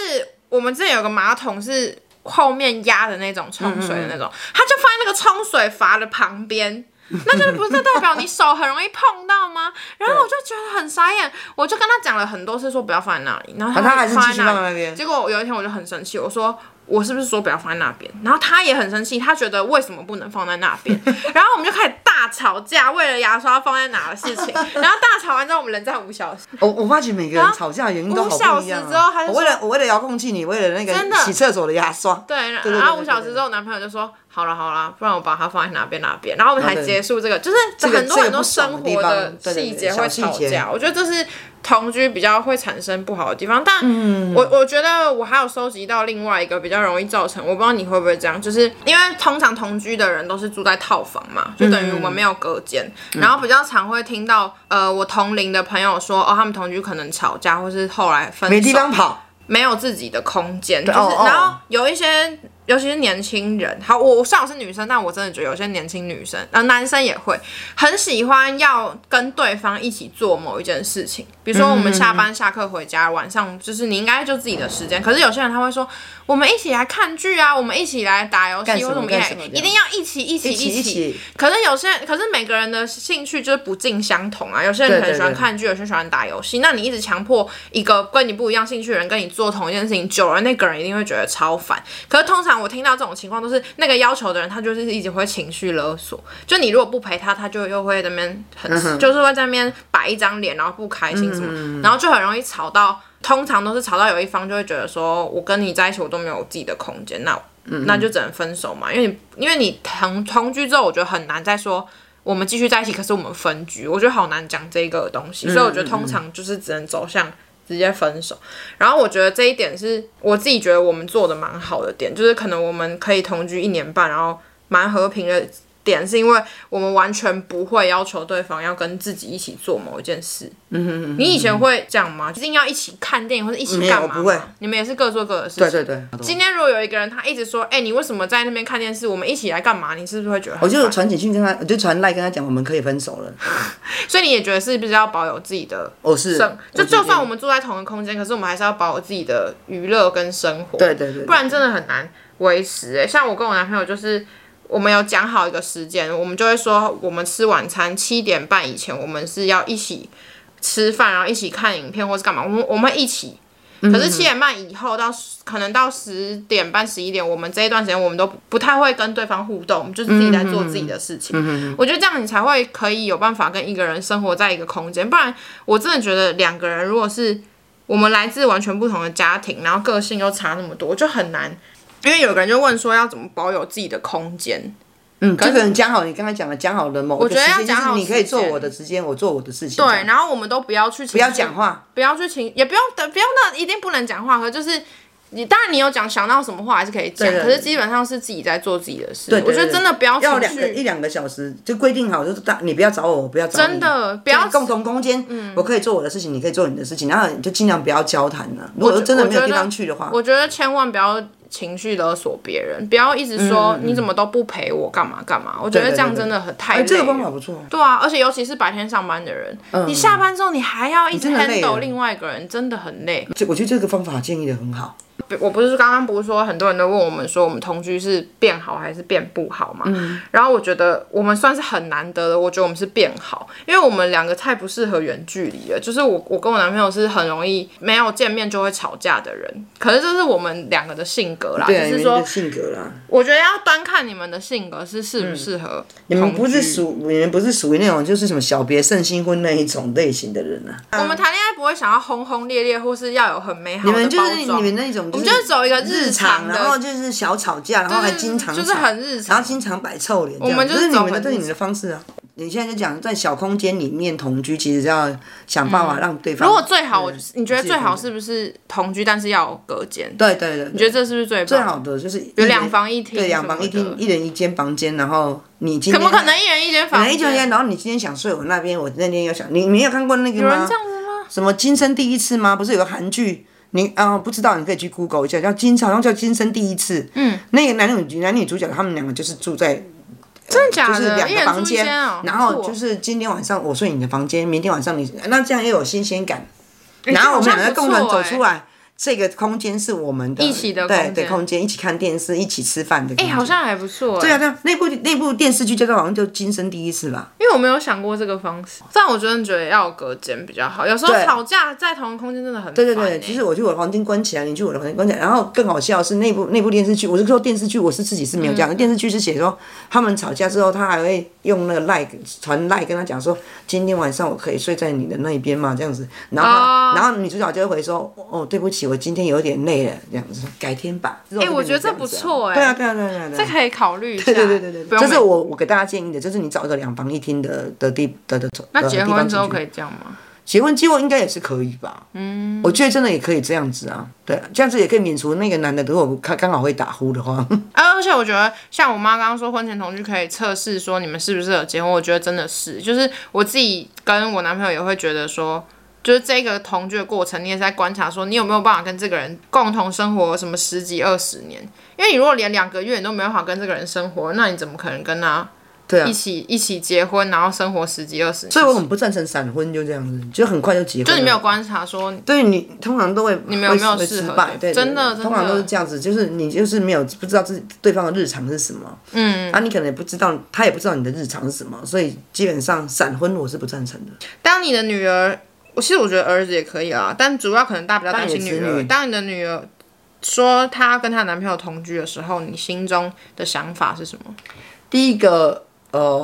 Speaker 2: 我们之前有个马桶是后面压的那种冲水的那种，他就放在那个冲水阀的 旁边。那就不是代表你手很容易碰到吗？然后我就觉得很傻眼，我就跟他讲了很多次说不要放在那里，然后
Speaker 1: 啊他还是
Speaker 2: 放
Speaker 1: 继续
Speaker 2: 在
Speaker 1: 放在
Speaker 2: 那
Speaker 1: 那边
Speaker 2: 结果我有一天我就很生气，我说我是不是说不要放在那边？然后他也很生气，他觉得为什么不能放在那 边？然后我们就开始大吵架，为了牙刷放在哪的事情。然后大吵完之后，我们冷战五小时。
Speaker 1: 我我发觉每个人吵架的原因都好不一样
Speaker 2: 五小时
Speaker 1: 啊、
Speaker 2: 之后他就
Speaker 1: 我
Speaker 2: 说
Speaker 1: 为了我为了遥控器你，为了那
Speaker 2: 真的
Speaker 1: 个洗厕所的牙刷，
Speaker 2: 对，然
Speaker 1: 对对
Speaker 2: 然后
Speaker 1: 对对
Speaker 2: 五小
Speaker 1: 对
Speaker 2: 时之后，男朋友就说：“好了好了，不然我把它放在哪边哪边。”然后我们才
Speaker 1: 啊对
Speaker 2: 结束这个，就是
Speaker 1: 这个
Speaker 2: 很多
Speaker 1: 这个
Speaker 2: 很多
Speaker 1: 不爽的
Speaker 2: 生
Speaker 1: 地
Speaker 2: 活的
Speaker 1: 方对对对
Speaker 2: 细节
Speaker 1: 小
Speaker 2: 会
Speaker 1: 细
Speaker 2: 吵
Speaker 1: 节
Speaker 2: 架。我觉得这是同居比较会产生不好的地方。但
Speaker 1: 嗯
Speaker 2: 我我觉得我还有收集到另外一个比较容易造成，我不知道你会不会这样，就是因为通常同居的人都是住在套房嘛，就等于
Speaker 1: 嗯
Speaker 2: 我们没有隔间，然后比较常会听到呃我同龄的朋友说，哦他们同居可能吵架，或是后来分手，
Speaker 1: 没地方跑。
Speaker 2: 没有自己的空间，就是
Speaker 1: 哦哦
Speaker 2: 然后有一些，尤其是年轻人，好，我我虽然我是女生，但我真的觉得有些年轻女生，呃，男生也会很喜欢要跟对方一起做某一件事情，比如说我们下
Speaker 1: 嗯
Speaker 2: 班下课回家，晚上就是你应该就自己的时间，可是有些人他会说，我们一起来看剧啊，我们一起来打游戏，
Speaker 1: 干什
Speaker 2: 或
Speaker 1: 么
Speaker 2: 者我们一
Speaker 1: 干
Speaker 2: 起
Speaker 1: 什
Speaker 2: 来
Speaker 1: 么这
Speaker 2: 一
Speaker 1: 样
Speaker 2: 定要一起一起
Speaker 1: 一起一起
Speaker 2: 可是有些，可是每个人的兴趣就是不尽相同啊。有些
Speaker 1: 对
Speaker 2: 人可能喜欢
Speaker 1: 对对
Speaker 2: 看剧，有些人喜欢打游戏。那你一直强迫一个跟你不一样兴趣的人跟你做同一件事情，久了那个人一定会觉得超烦。可是通常我听到这种情况都是那个要求的人，他就是一直会情绪勒索。就你如果不陪他，他就又会在那边很，
Speaker 1: 嗯
Speaker 2: 就是会在那边摆一张脸，然后不开心什么，然后就很容易吵到。通常都是吵到有一方就会觉得说，我跟你在一起，我都没有自己的空间，那那就只能分手嘛。因为你因为你同同居之后，我觉得很难再说我们继续在一起，可是我们分居，我觉得好难讲这个东西。所以我
Speaker 1: 嗯
Speaker 2: 觉得通常就是只能走向直接分手。然后我觉得这一点是我自己觉得我们做的蛮好的点，就是可能我们可以同居一年半，然后蛮和平的。点是因为我们完全不会要求对方要跟自己一起做某一件事。嗯哼，你以前会这样吗？一定要一起看电影或者一起
Speaker 1: 没有
Speaker 2: 干嘛吗？
Speaker 1: 不会
Speaker 2: 你们也是各做各的事情。
Speaker 1: 对对对，
Speaker 2: 今天如果有一个人他一直说，哎、你为什么在那边看电视？我们一起来干嘛？你是不是会觉得很
Speaker 1: 我就
Speaker 2: 烦
Speaker 1: 传简讯跟他，我就传赖跟他讲，我们可以分手了。
Speaker 2: 所以你也觉得是不是要保有自己的
Speaker 1: 我是
Speaker 2: 生，就
Speaker 1: 我觉
Speaker 2: 就
Speaker 1: 得
Speaker 2: 算我们住在同一个空间，可是我们还是要保有自己的娱乐跟生活。
Speaker 1: 对对对对
Speaker 2: 不然真的很难维持、欸。像我跟我男朋友就是。我们有讲好一个时间，我们就会说，我们吃晚餐七点半以前，我们是要一起吃饭，然后一起看影片或是干嘛，我们我们会一起。
Speaker 1: 嗯
Speaker 2: 可是七点半以后到十可能到十点半十一点，我们这一段时间我们都不不太会跟对方互动，我们就是自己在做自己的事情。
Speaker 1: 嗯
Speaker 2: 我觉得这样你才会可以有办法跟一个人生活在一个空间，不然我真的觉得两个人如果是我们来自完全不同的家庭，然后个性又差那么多，就很难。因为有个人就问说要怎么保有自己的空间，
Speaker 1: 嗯，就可能讲好你刚才讲的讲好的某一个
Speaker 2: 觉得
Speaker 1: 时
Speaker 2: 要
Speaker 1: 间，就
Speaker 2: 讲好
Speaker 1: 是你可以做
Speaker 2: 时间
Speaker 1: 我的时间，我做我的事情。
Speaker 2: 对，，然后我们都不要去不
Speaker 1: 不要讲，话，
Speaker 2: 不要去情，也不用等，不用那一定不能讲话，可就是你当然你有讲想到什么话还是可以讲，
Speaker 1: 对对
Speaker 2: 可是基本上是自己在做自己的事。
Speaker 1: 对对
Speaker 2: 我觉得真的不要
Speaker 1: 要
Speaker 2: 情
Speaker 1: 两个一
Speaker 2: 绪，
Speaker 1: 两个小时就规定好，就是大你不要找我，我不要找你。
Speaker 2: 真的不要嗯
Speaker 1: 共同空间，我可以做我的事情，你可以做你的事情，然后你就尽量不要交谈了。如果真的没有地方去的话，
Speaker 2: 我觉得千万不要情绪勒索别人，不要一直说你怎么都不陪我干嘛干嘛。我觉得
Speaker 1: 对对
Speaker 2: 这样
Speaker 1: 对
Speaker 2: 真的很太
Speaker 1: 哎，
Speaker 2: 累
Speaker 1: 这个方
Speaker 2: 了
Speaker 1: 法不错。
Speaker 2: 对啊，而且尤其是白天上班的人，你下班之后你还要一直
Speaker 1: 嗯真的累
Speaker 2: handle
Speaker 1: 了
Speaker 2: 另外一个人，真的很累。
Speaker 1: 这我觉得这个方法建议的很好。
Speaker 2: 我不是刚刚不是说很多人都问我们说我们同居是变好还是变不好嘛？
Speaker 1: 嗯
Speaker 2: 然后我觉得我们算是很难得的，我觉得我们是变好，因为我们两个太不适合远距离了。就是我我跟我男朋友是很容易没有见面就会吵架的人，可是这是我们两个的性格啦，
Speaker 1: 对啊，
Speaker 2: 只
Speaker 1: 你们
Speaker 2: 是说
Speaker 1: 的性格啦，
Speaker 2: 我觉得要端看你们的性格是适不适合同居、
Speaker 1: 嗯你们不是属你们不是属于那种就是什么小别胜新婚那一种类型的人啊，
Speaker 2: 我们谈恋爱不会想要轰轰烈烈，或是要有很美好
Speaker 1: 你
Speaker 2: 的包
Speaker 1: 们就
Speaker 2: 装。
Speaker 1: 是你们那种，
Speaker 2: 我们就是走一个
Speaker 1: 日
Speaker 2: 常的，
Speaker 1: 然后就是小吵架，然后还经常
Speaker 2: 就是
Speaker 1: 吵
Speaker 2: 很日常
Speaker 1: 然后经常摆臭脸这样，
Speaker 2: 我们
Speaker 1: 这
Speaker 2: 就是
Speaker 1: 是你
Speaker 2: 走
Speaker 1: 们的
Speaker 2: 很
Speaker 1: 对
Speaker 2: 日
Speaker 1: 你们的方式啊。你现在就讲在小空间里面同居，其实要想办法让对方。
Speaker 2: 嗯如果最好，我
Speaker 1: 嗯
Speaker 2: 你觉得
Speaker 1: 自己
Speaker 2: 最好
Speaker 1: 分
Speaker 2: 是不是同居，但是要有隔间？
Speaker 1: 对对对，你
Speaker 2: 你觉得这是不是最最
Speaker 1: 最好？的就是
Speaker 2: 有
Speaker 1: 一人
Speaker 2: 两房一厅
Speaker 1: 对，
Speaker 2: 什
Speaker 1: 两
Speaker 2: 么
Speaker 1: 房一
Speaker 2: 的
Speaker 1: 厅，一人一间房间，然后你今
Speaker 2: 怎
Speaker 1: 天
Speaker 2: 么可能一人一间房？
Speaker 1: 一人一间，然后你今天想睡我那边，我那天又想你，你有看过那个
Speaker 2: 有人
Speaker 1: 吗
Speaker 2: 这？样子吗？
Speaker 1: 什么今生第一次吗？不是有个韩剧？你啊、不知道，你可以去 Google 一下，叫今好像叫今生第一次。嗯，那个男女男女主角他们两个就是住在
Speaker 2: 真的假
Speaker 1: 就是
Speaker 2: 的？
Speaker 1: 两
Speaker 2: 一
Speaker 1: 个
Speaker 2: 人住
Speaker 1: 房
Speaker 2: 一
Speaker 1: 间，
Speaker 2: 间哦，
Speaker 1: 然后
Speaker 2: 不错
Speaker 1: 就是今天晚上我睡你的房间，明天晚上你那这样也有新鲜感。
Speaker 2: 哎
Speaker 1: 然后我们
Speaker 2: 这
Speaker 1: 两个
Speaker 2: 好像
Speaker 1: 共
Speaker 2: 不
Speaker 1: 同
Speaker 2: 错
Speaker 1: 走
Speaker 2: 哎
Speaker 1: 出来，这个空间是我们的
Speaker 2: 一起的
Speaker 1: 对
Speaker 2: 空
Speaker 1: 对
Speaker 2: 间
Speaker 1: 空间，一起看电视，一起吃饭的空
Speaker 2: 哎、
Speaker 1: 间。
Speaker 2: 好像还不错、哎
Speaker 1: 对啊对啊，那部那部电视剧叫做好像就《今生第一次》吧。
Speaker 2: 因为我没有想过这个方式，但我真的觉得要有隔间比较好。有时候
Speaker 1: 对
Speaker 2: 吵架在同一个空间真的很
Speaker 1: 对对
Speaker 2: 烦
Speaker 1: 对，
Speaker 2: 哎
Speaker 1: 就是我去我的房间关起来，你去我的房间关起来。然后更好笑的是那部那部电视剧，我是说电视剧，我是自己是没有
Speaker 2: 嗯
Speaker 1: 这样。电视剧是写说他们吵架之后，他还会用那个赖传赖跟他讲说，今天晚上我可以睡在你的那一边嘛，这样子。然后他、
Speaker 2: 哦
Speaker 1: 然后女主角就会回说，哦，对不起，我今天有点累了，这样子，改天吧。哎、
Speaker 2: 我觉得这不错哎
Speaker 1: 对啊对啊对啊对啊。对
Speaker 2: 这
Speaker 1: 啊
Speaker 2: 可以考虑一下。
Speaker 1: 对对对对
Speaker 2: 不
Speaker 1: 对，
Speaker 2: 用
Speaker 1: 这
Speaker 2: 每
Speaker 1: 是我我给大家建议的，就是你找一个两房一厅的的地的的的
Speaker 2: 那结
Speaker 1: 地
Speaker 2: 婚
Speaker 1: 方
Speaker 2: 之后
Speaker 1: 进去
Speaker 2: 可以这样吗？
Speaker 1: 结婚之后应该也是可以吧？嗯，我觉得真的也可以这样子啊，对啊，这样子也可以免除那个男的如果刚刚好会打呼的话，
Speaker 2: 啊，而且我觉得，像我妈刚刚说，婚前同居可以测试说你们适不适合结婚。我觉得真的是，就是我自己跟我男朋友也会觉得说，就是这个同居的过程，你也是在观察说，你有没有办法跟这个人共同生活什么十几二十年？因为你如果连两个月你都没办法跟这个人生活，那你怎么可能跟他
Speaker 1: 对啊
Speaker 2: 一，起、一起结婚，然后生活十几二十年？
Speaker 1: 所以我很不赞成闪婚就这样子，就很快就结婚了。
Speaker 2: 就你没有观察说，
Speaker 1: 对你通常都会你
Speaker 2: 们有没有适
Speaker 1: 失
Speaker 2: 合
Speaker 1: 败？对，
Speaker 2: 对真的
Speaker 1: 对
Speaker 2: 真的
Speaker 1: 通常都是这样子，就是你就是没有不知道自己对方的日常是什么，嗯，啊，你可能也不知道，他也不知道你的日常是什么，所以基本上闪婚我是不赞成的。
Speaker 2: 当你的女儿，我其实我觉得儿子也可以啊，但主要可能大家比较担心女
Speaker 1: 当你的子
Speaker 2: 儿。
Speaker 1: 女
Speaker 2: 当你的女儿说她跟她男朋友同居的时候，你心中的想法是什么？
Speaker 1: 第一个，呃，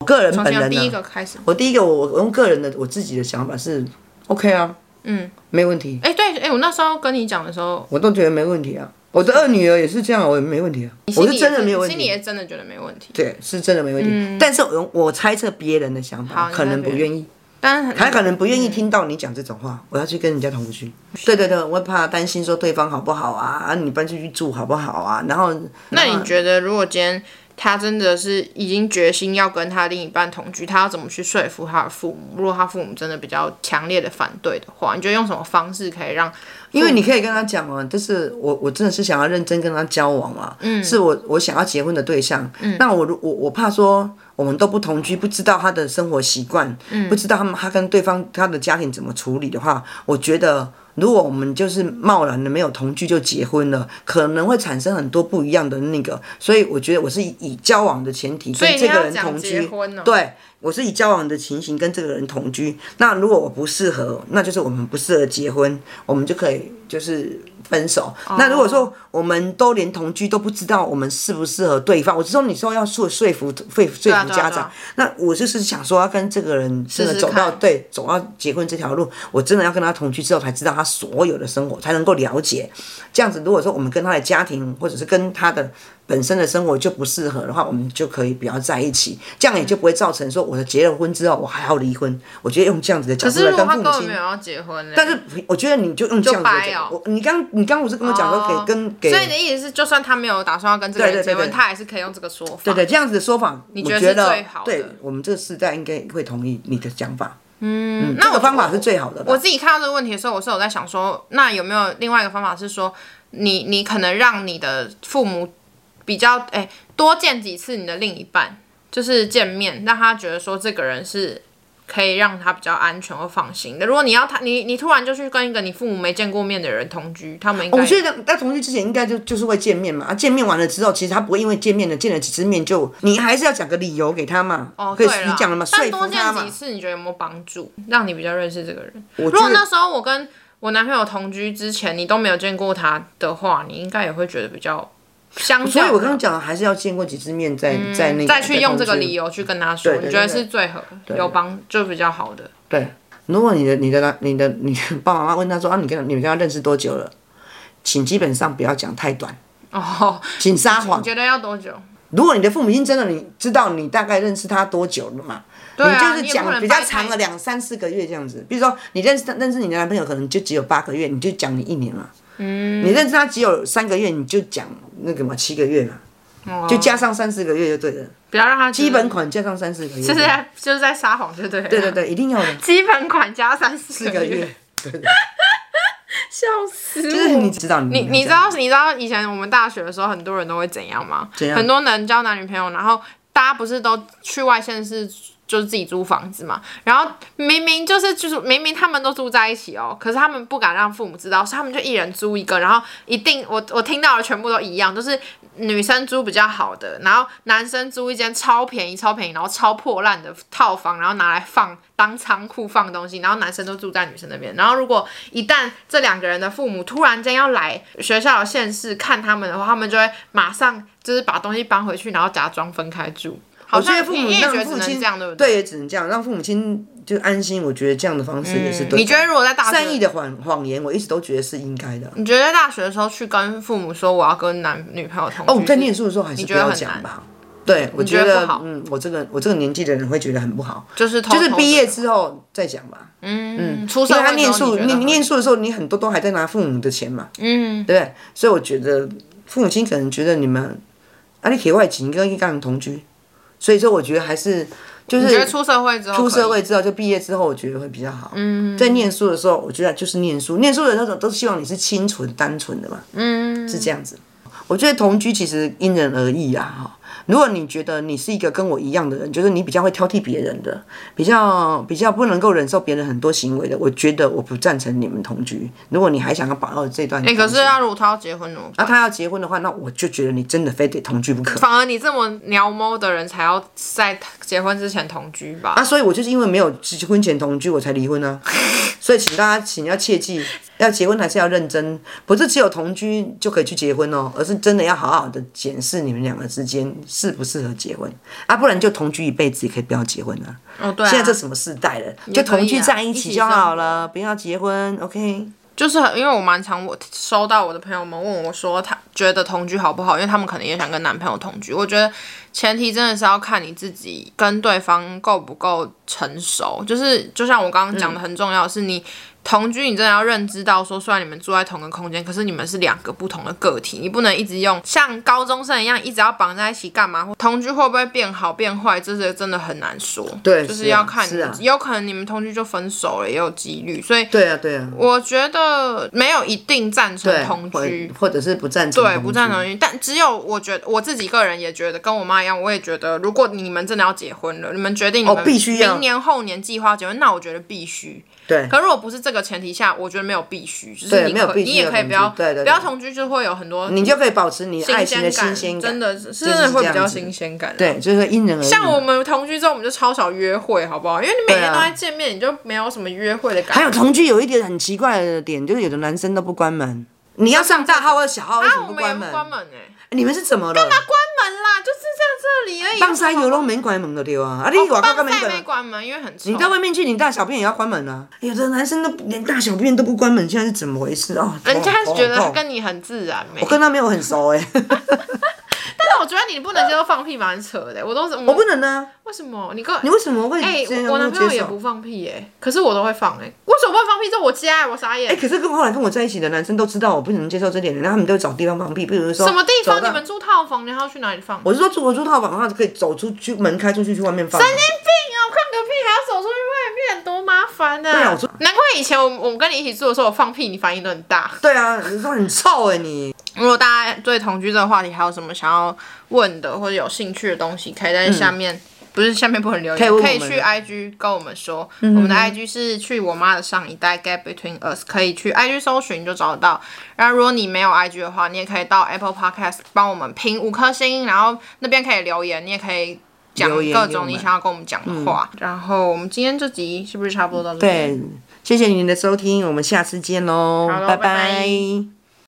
Speaker 1: 我个人
Speaker 2: 从
Speaker 1: 本人、
Speaker 2: 现
Speaker 1: 啊、
Speaker 2: 在第一个开始。
Speaker 1: 我第一个，我我用个人的我自己的想法是，OK 啊，
Speaker 2: 嗯，
Speaker 1: 没问题，
Speaker 2: 哎、对，哎、我那时候跟你讲的时候，
Speaker 1: 我都觉得没问题啊。我的二女儿也是这样，我也没问题啊，
Speaker 2: 心
Speaker 1: 我
Speaker 2: 里
Speaker 1: 是
Speaker 2: 也
Speaker 1: 真的没有问
Speaker 2: 心里
Speaker 1: 题，
Speaker 2: 也真的觉得没问题。
Speaker 1: 对，是真的没问题。但是我我猜测别人的想
Speaker 2: 好
Speaker 1: 法，
Speaker 2: 你
Speaker 1: 可能
Speaker 2: 猜别
Speaker 1: 不
Speaker 2: 人嗯
Speaker 1: 愿意，
Speaker 2: 但是
Speaker 1: 还
Speaker 2: 很
Speaker 1: 可能不愿意听到你讲这种话。我要去跟人家同居，对对对，我怕担心说对方好不好啊，啊，你搬出去住好不好啊？然后
Speaker 2: 那你觉得，如果今天她真的是已经决心要跟她另一半同居，她要怎么去说服她的父母？如果她父母真的比较强烈的反对的话，你觉得用什么方式可以让？
Speaker 1: 因为你可以跟他讲哦，就是我我真的是想要认真跟他交往嘛，嗯，是我我想要结婚的对象，嗯，那我如我我怕说我们都不同居，不知道他的生活习惯，嗯，不知道他们他跟对方他的家庭怎么处理的话，我觉得。如果我们就是贸然的没有同居就结婚了，可能会产生很多不一样的那个，所以我觉得我是以以交往的前提
Speaker 2: 所以
Speaker 1: 跟
Speaker 2: 你
Speaker 1: 这个
Speaker 2: 要
Speaker 1: 人
Speaker 2: 讲
Speaker 1: 同
Speaker 2: 结
Speaker 1: 居，
Speaker 2: 婚哦、
Speaker 1: 对，我是以交往的情形跟这个人同居。那如果我不适合，那就是我们不适合结婚，我们就可以就是分手。
Speaker 2: 哦
Speaker 1: 那如果说我们都连同居都不知道我们适不适合对方，我是说你说要说说服说服说
Speaker 2: 啊
Speaker 1: 服
Speaker 2: 对啊
Speaker 1: 家
Speaker 2: 对
Speaker 1: 长
Speaker 2: 啊，
Speaker 1: 那我就是想说要跟这个人真的
Speaker 2: 试试
Speaker 1: 走到
Speaker 2: 看
Speaker 1: 对走到结婚这条路，我真的要跟他同居之后才知道他所有的生活，才能够了解。这样子，如果说我们跟他的家庭或者是跟他的本身的生活就不适合的话，我们就可以不要在一起，这样也就不会造成说我的结了婚之后我还要离婚。我觉得用这样子的角
Speaker 2: 可
Speaker 1: 度
Speaker 2: 是
Speaker 1: 来
Speaker 2: 如果
Speaker 1: 跟
Speaker 2: 他
Speaker 1: 父
Speaker 2: 根
Speaker 1: 母
Speaker 2: 本
Speaker 1: 亲
Speaker 2: 没有，要结婚呢？
Speaker 1: 但是我觉得你就用这样子的
Speaker 2: 掰
Speaker 1: 角
Speaker 2: 哦
Speaker 1: 度，我你刚你刚不是跟我讲说可
Speaker 2: 哦
Speaker 1: 以跟给
Speaker 2: 所以你的意思是，就算他没有打算要跟这个
Speaker 1: 对
Speaker 2: 人
Speaker 1: 对对
Speaker 2: 结婚，
Speaker 1: 对
Speaker 2: 他还是可以用这个说法。
Speaker 1: 对对这样子的说法，我
Speaker 2: 觉得是
Speaker 1: 觉得
Speaker 2: 最好的
Speaker 1: 对我们这个世代应该会同意你的讲法。
Speaker 2: 嗯，
Speaker 1: 这
Speaker 2: 那
Speaker 1: 个
Speaker 2: 我
Speaker 1: 方法是最好的吧
Speaker 2: 我自己看到这个问题的时候，我是有在想说，那有没有另外一个方法是说，你你可能让你的父母比较哎、多见几次你的另一半，就是见面，让他觉得说这个人是可以让他比较安全或放心的。如果你要他，你你突然就去跟一个你父母没见过面的人同居，他们应该、
Speaker 1: 我觉得在同居之前应该就就是会见面嘛，啊，见面完了之后，其实他不会因为见面了见了几次面就，你还是要讲个理由给他嘛，
Speaker 2: 哦，
Speaker 1: 可以
Speaker 2: 对啦
Speaker 1: 你讲了嘛，说
Speaker 2: 但
Speaker 1: 服他
Speaker 2: 多见
Speaker 1: 嘛
Speaker 2: 几。次，你觉得有没有帮助，让你比较认识这个人？
Speaker 1: 我
Speaker 2: 如
Speaker 1: 觉
Speaker 2: 果
Speaker 1: 得
Speaker 2: 那时候我跟我男朋友同居之前，你都没有见过他的话，你应该也会觉得比较相较的。
Speaker 1: 所以我刚刚讲了，还是要见过几次面再、再那个
Speaker 2: 嗯再去用这个理
Speaker 1: 由。
Speaker 2: 由去跟他说，
Speaker 1: 对对
Speaker 2: 你觉得
Speaker 1: 对对
Speaker 2: 是最合有帮就比较好的。
Speaker 1: 对，如果你的你的男你的 你的爸爸妈妈问他说啊，你跟你们跟他认识多久了？请基本上不要讲太短，
Speaker 2: 哦，
Speaker 1: 请撒
Speaker 2: 你
Speaker 1: 谎。
Speaker 2: 觉得要多久？
Speaker 1: 如果你的父母亲真的你知道你大概认识他多久了嘛，
Speaker 2: 对啊，
Speaker 1: 你就是
Speaker 2: 也不
Speaker 1: 讲
Speaker 2: 能
Speaker 1: 比较
Speaker 2: 掰
Speaker 1: 长
Speaker 2: 开
Speaker 1: 了两三四个月这样子。比如说你认识他认识你的男朋友可能就只有八个月，你就讲你一年嘛。嗯，你认识他只有三个月，你就讲那个嘛七个月嘛，
Speaker 2: 哦
Speaker 1: 就加上三四个月就对了。
Speaker 2: 不要让他
Speaker 1: 基
Speaker 2: 基
Speaker 1: 本款加上三四个月，
Speaker 2: 就是在就是在撒谎，就对了。
Speaker 1: 对对对，一定要的。
Speaker 2: 基本款加三四
Speaker 1: 四个月
Speaker 2: 月，， 笑死
Speaker 1: 就
Speaker 2: 我！
Speaker 1: 是你知道你
Speaker 2: 你你知道你知道以前我们大学的时候，很多人都会怎样吗？
Speaker 1: 怎样
Speaker 2: 很多人交男女朋友，然后大家不是都去外县市。就是自己租房子嘛，然后明明就是就是明明他们都住在一起哦，可是他们不敢让父母知道，所以他们就一人租一个，然后一定我我听到的全部都一样，就是女生租比较好的，然后男生租一间超便宜超便宜，然后超破烂的套房，然后拿来放当仓库放东西，然后男生都住在女生那边，然后如果一旦这两个人的父母突然间要来学校的县市看他们的话，他们就会马上就是把东西搬回去，然后假装分开住。好
Speaker 1: 我觉
Speaker 2: 像
Speaker 1: 得父母
Speaker 2: 你也觉
Speaker 1: 让
Speaker 2: 得只
Speaker 1: 父
Speaker 2: 能
Speaker 1: 亲
Speaker 2: 这样，对不
Speaker 1: 对，？也只能这样，让父母亲就安心。我觉得这样的方式也是对的。
Speaker 2: 嗯你觉得如果在大学，
Speaker 1: 善意的谎谎言，我一直都觉得是应该的。
Speaker 2: 你觉得在大学的时候去跟父母说我要跟男女朋友同居
Speaker 1: 哦，
Speaker 2: 是，
Speaker 1: 我在念书的时候还是
Speaker 2: 你
Speaker 1: 不
Speaker 2: 觉得
Speaker 1: 要
Speaker 2: 很
Speaker 1: 讲
Speaker 2: 难
Speaker 1: 吧。对，我
Speaker 2: 觉
Speaker 1: 觉
Speaker 2: 得
Speaker 1: 得
Speaker 2: 不好
Speaker 1: 嗯，我这个我这个年纪的人会觉得很不好，
Speaker 2: 就是偷
Speaker 1: 就是
Speaker 2: 偷
Speaker 1: 毕业
Speaker 2: 的
Speaker 1: 之后再讲吧。
Speaker 2: 嗯出
Speaker 1: 因
Speaker 2: 社
Speaker 1: 为
Speaker 2: 会
Speaker 1: 他念
Speaker 2: 之后
Speaker 1: 书，
Speaker 2: 你觉
Speaker 1: 你
Speaker 2: 得
Speaker 1: 你念书的时候，你很多都还在拿父母的钱嘛，
Speaker 2: 嗯
Speaker 1: 对不对？所以我觉得父母亲可能觉得你们啊，你铁外勤跟跟他们同居，所以说我觉得还是就
Speaker 2: 你觉得
Speaker 1: 是
Speaker 2: 出社会之后
Speaker 1: 出
Speaker 2: 出
Speaker 1: 社会之后就毕业之后，我觉得会比较好。嗯，在念书的时候，我觉得就是念书，念书的那种都希望你是清纯单纯的嘛。
Speaker 2: 嗯
Speaker 1: 是这样子。我觉得同居其实因人而异啊，哈。如果你觉得你是一个跟我一样的人，就是你比较会挑剔别人的，比较比较不能够忍受别人很多行为的，我觉得我不赞成你们同居。如果你还想要把握这段
Speaker 2: 哎、
Speaker 1: 感情，
Speaker 2: 可是要如果他要结婚怎么
Speaker 1: 那
Speaker 2: 办？
Speaker 1: 他要结婚的话，那我就觉得你真的非得同居不可。
Speaker 2: 反而你这么鸟猫的人才要在结婚之前同居吧？
Speaker 1: 啊，所以我就是因为没有结婚前同居，我才离婚 啊。所以请大家，请要切记，要结婚还是要认真，不是只有同居就可以去结婚哦，而是真的要好好的检视你们两个之间适不适合结婚啊，不然就同居一辈子也可以不要结婚啊。
Speaker 2: 哦，对啊，
Speaker 1: 现在这什么世代了，就
Speaker 2: 也可以啊
Speaker 1: 同居在一
Speaker 2: 一
Speaker 1: 起
Speaker 2: 起
Speaker 1: 就
Speaker 2: 生
Speaker 1: 好
Speaker 2: 活
Speaker 1: 了，不要结婚，OK？
Speaker 2: 就是很因为我蛮常我收到我的朋友们问我说，他觉得同居好不好？因为他们可能也想跟男朋友同居。我觉得前提真的是要看你自己跟对方够不够成熟。就是就像我刚刚讲的，很重要的是你。同居，你真的要认知到说，虽然你们住在同个空间，可是你们是两个不同的个体，你不能一直用像高中生一样一直要绑在一起干嘛？同居会不会变好变坏？这是真的很难说。
Speaker 1: 对
Speaker 2: 就是
Speaker 1: 是啊
Speaker 2: 要看你
Speaker 1: 是啊
Speaker 2: 有可能你们同居就分手了，也有几率。所以
Speaker 1: 对啊，对啊，
Speaker 2: 我觉得没有一定赞成
Speaker 1: 对，
Speaker 2: 同
Speaker 1: 或
Speaker 2: 居，
Speaker 1: 或者是不赞成，
Speaker 2: 对，不赞成。同居。但只有我觉得，我自己个人也觉得，跟我妈一样，我也觉得，如果你们真的要结婚了，你们决定你们
Speaker 1: 哦必须要
Speaker 2: 明年后年计划结婚，那我觉得必须。
Speaker 1: 对
Speaker 2: 可如果不是这个前提下，我觉得没有必须，就
Speaker 1: 对
Speaker 2: 是你
Speaker 1: 没有
Speaker 2: 可
Speaker 1: 必须
Speaker 2: 你也
Speaker 1: 要
Speaker 2: 可以
Speaker 1: 同
Speaker 2: 不
Speaker 1: 居
Speaker 2: 要
Speaker 1: 对对对
Speaker 2: 不要同居，就会有很多
Speaker 1: 你就可以保持你爱情的新
Speaker 2: 感，
Speaker 1: 鲜感，
Speaker 2: 真的是
Speaker 1: 就是
Speaker 2: 是真的会比
Speaker 1: 这样
Speaker 2: 较
Speaker 1: 子
Speaker 2: 新鲜感。
Speaker 1: 对，就是因人而异。
Speaker 2: 像我们同居之后，我们就超少约会，好不好？因为你每
Speaker 1: 对
Speaker 2: 天
Speaker 1: 啊
Speaker 2: 都在见面，你就没有什么约会的感觉。
Speaker 1: 还有同居有一点很奇怪的点，就是有的男生都不关门。你要上大号或小号，为什
Speaker 2: 啊，
Speaker 1: 么
Speaker 2: 我
Speaker 1: 不
Speaker 2: 们也
Speaker 1: 关
Speaker 2: 不
Speaker 1: 门？啊
Speaker 2: 关门哎、
Speaker 1: 你们是怎么了？
Speaker 2: 关门啦，就是在这里而已。哦
Speaker 1: 棒山游龙没关门的对啊，啊你我刚
Speaker 2: 棒
Speaker 1: 刚没
Speaker 2: 晒
Speaker 1: 关
Speaker 2: 没
Speaker 1: 门。
Speaker 2: 关门，因为很臭。
Speaker 1: 你到外面去，你大小便也要关门啊！有的男生都连大小便都不关门，现在是怎么回事啊？
Speaker 2: 人家
Speaker 1: 头好
Speaker 2: 觉得他
Speaker 1: 痛
Speaker 2: 跟你很自然没
Speaker 1: 我？跟他没有很熟 哎、
Speaker 2: 但是我觉得你不能接受放屁，蛮扯的。我都是
Speaker 1: 我
Speaker 2: 我
Speaker 1: 不能呢、啊。
Speaker 2: 为什么你跟
Speaker 1: 你为什么会
Speaker 2: 哎、
Speaker 1: 这样
Speaker 2: 我我男
Speaker 1: 接
Speaker 2: 朋友也
Speaker 1: 受
Speaker 2: 不放屁哎、可是我都会放哎、为什么不能放屁？这我家、哎，我傻眼。
Speaker 1: 哎、可是跟后来跟我在一起的男生都知道我不能接受这点，然后他们都会找地方放屁，比如说
Speaker 2: 什么地
Speaker 1: 走
Speaker 2: 方？
Speaker 1: 到
Speaker 2: 你们住套房，你还要去哪里放？
Speaker 1: 我是说住我住套房的话，可以走出去门开出去去外面放。
Speaker 2: 神经病啊！我看个屁，还要走出去外面，多麻烦呢、
Speaker 1: 对啊我说
Speaker 2: 难怪以前我我跟你一起住的时候，我放屁你反应都很大。
Speaker 1: 对啊，你说很臭哎、你。
Speaker 2: 如果大家对同居这个话题还有什么想要问的或者有兴趣的东西，可以在下面不是下面不能留言，
Speaker 1: 嗯可以问我
Speaker 2: 可
Speaker 1: 们嗯
Speaker 2: 以去 IG 跟我们说，我们的 IG 是去我妈的上一代 Gap Between Us，可以去 IG 搜寻就找得到。然后如果你没有 IG 的话，你也可以到 Apple Podcast 帮我们评五颗星，然后那边可以留言，你也可以。讲
Speaker 1: 留言
Speaker 2: 各
Speaker 1: 给我
Speaker 2: 种
Speaker 1: 们嗯
Speaker 2: 你想要跟我们讲的话，然后我们今天这集是不是差不多到这边？
Speaker 1: 对，谢谢您的收听，我们下次见喽，
Speaker 2: 好咯拜
Speaker 1: 嗯拜
Speaker 2: 拜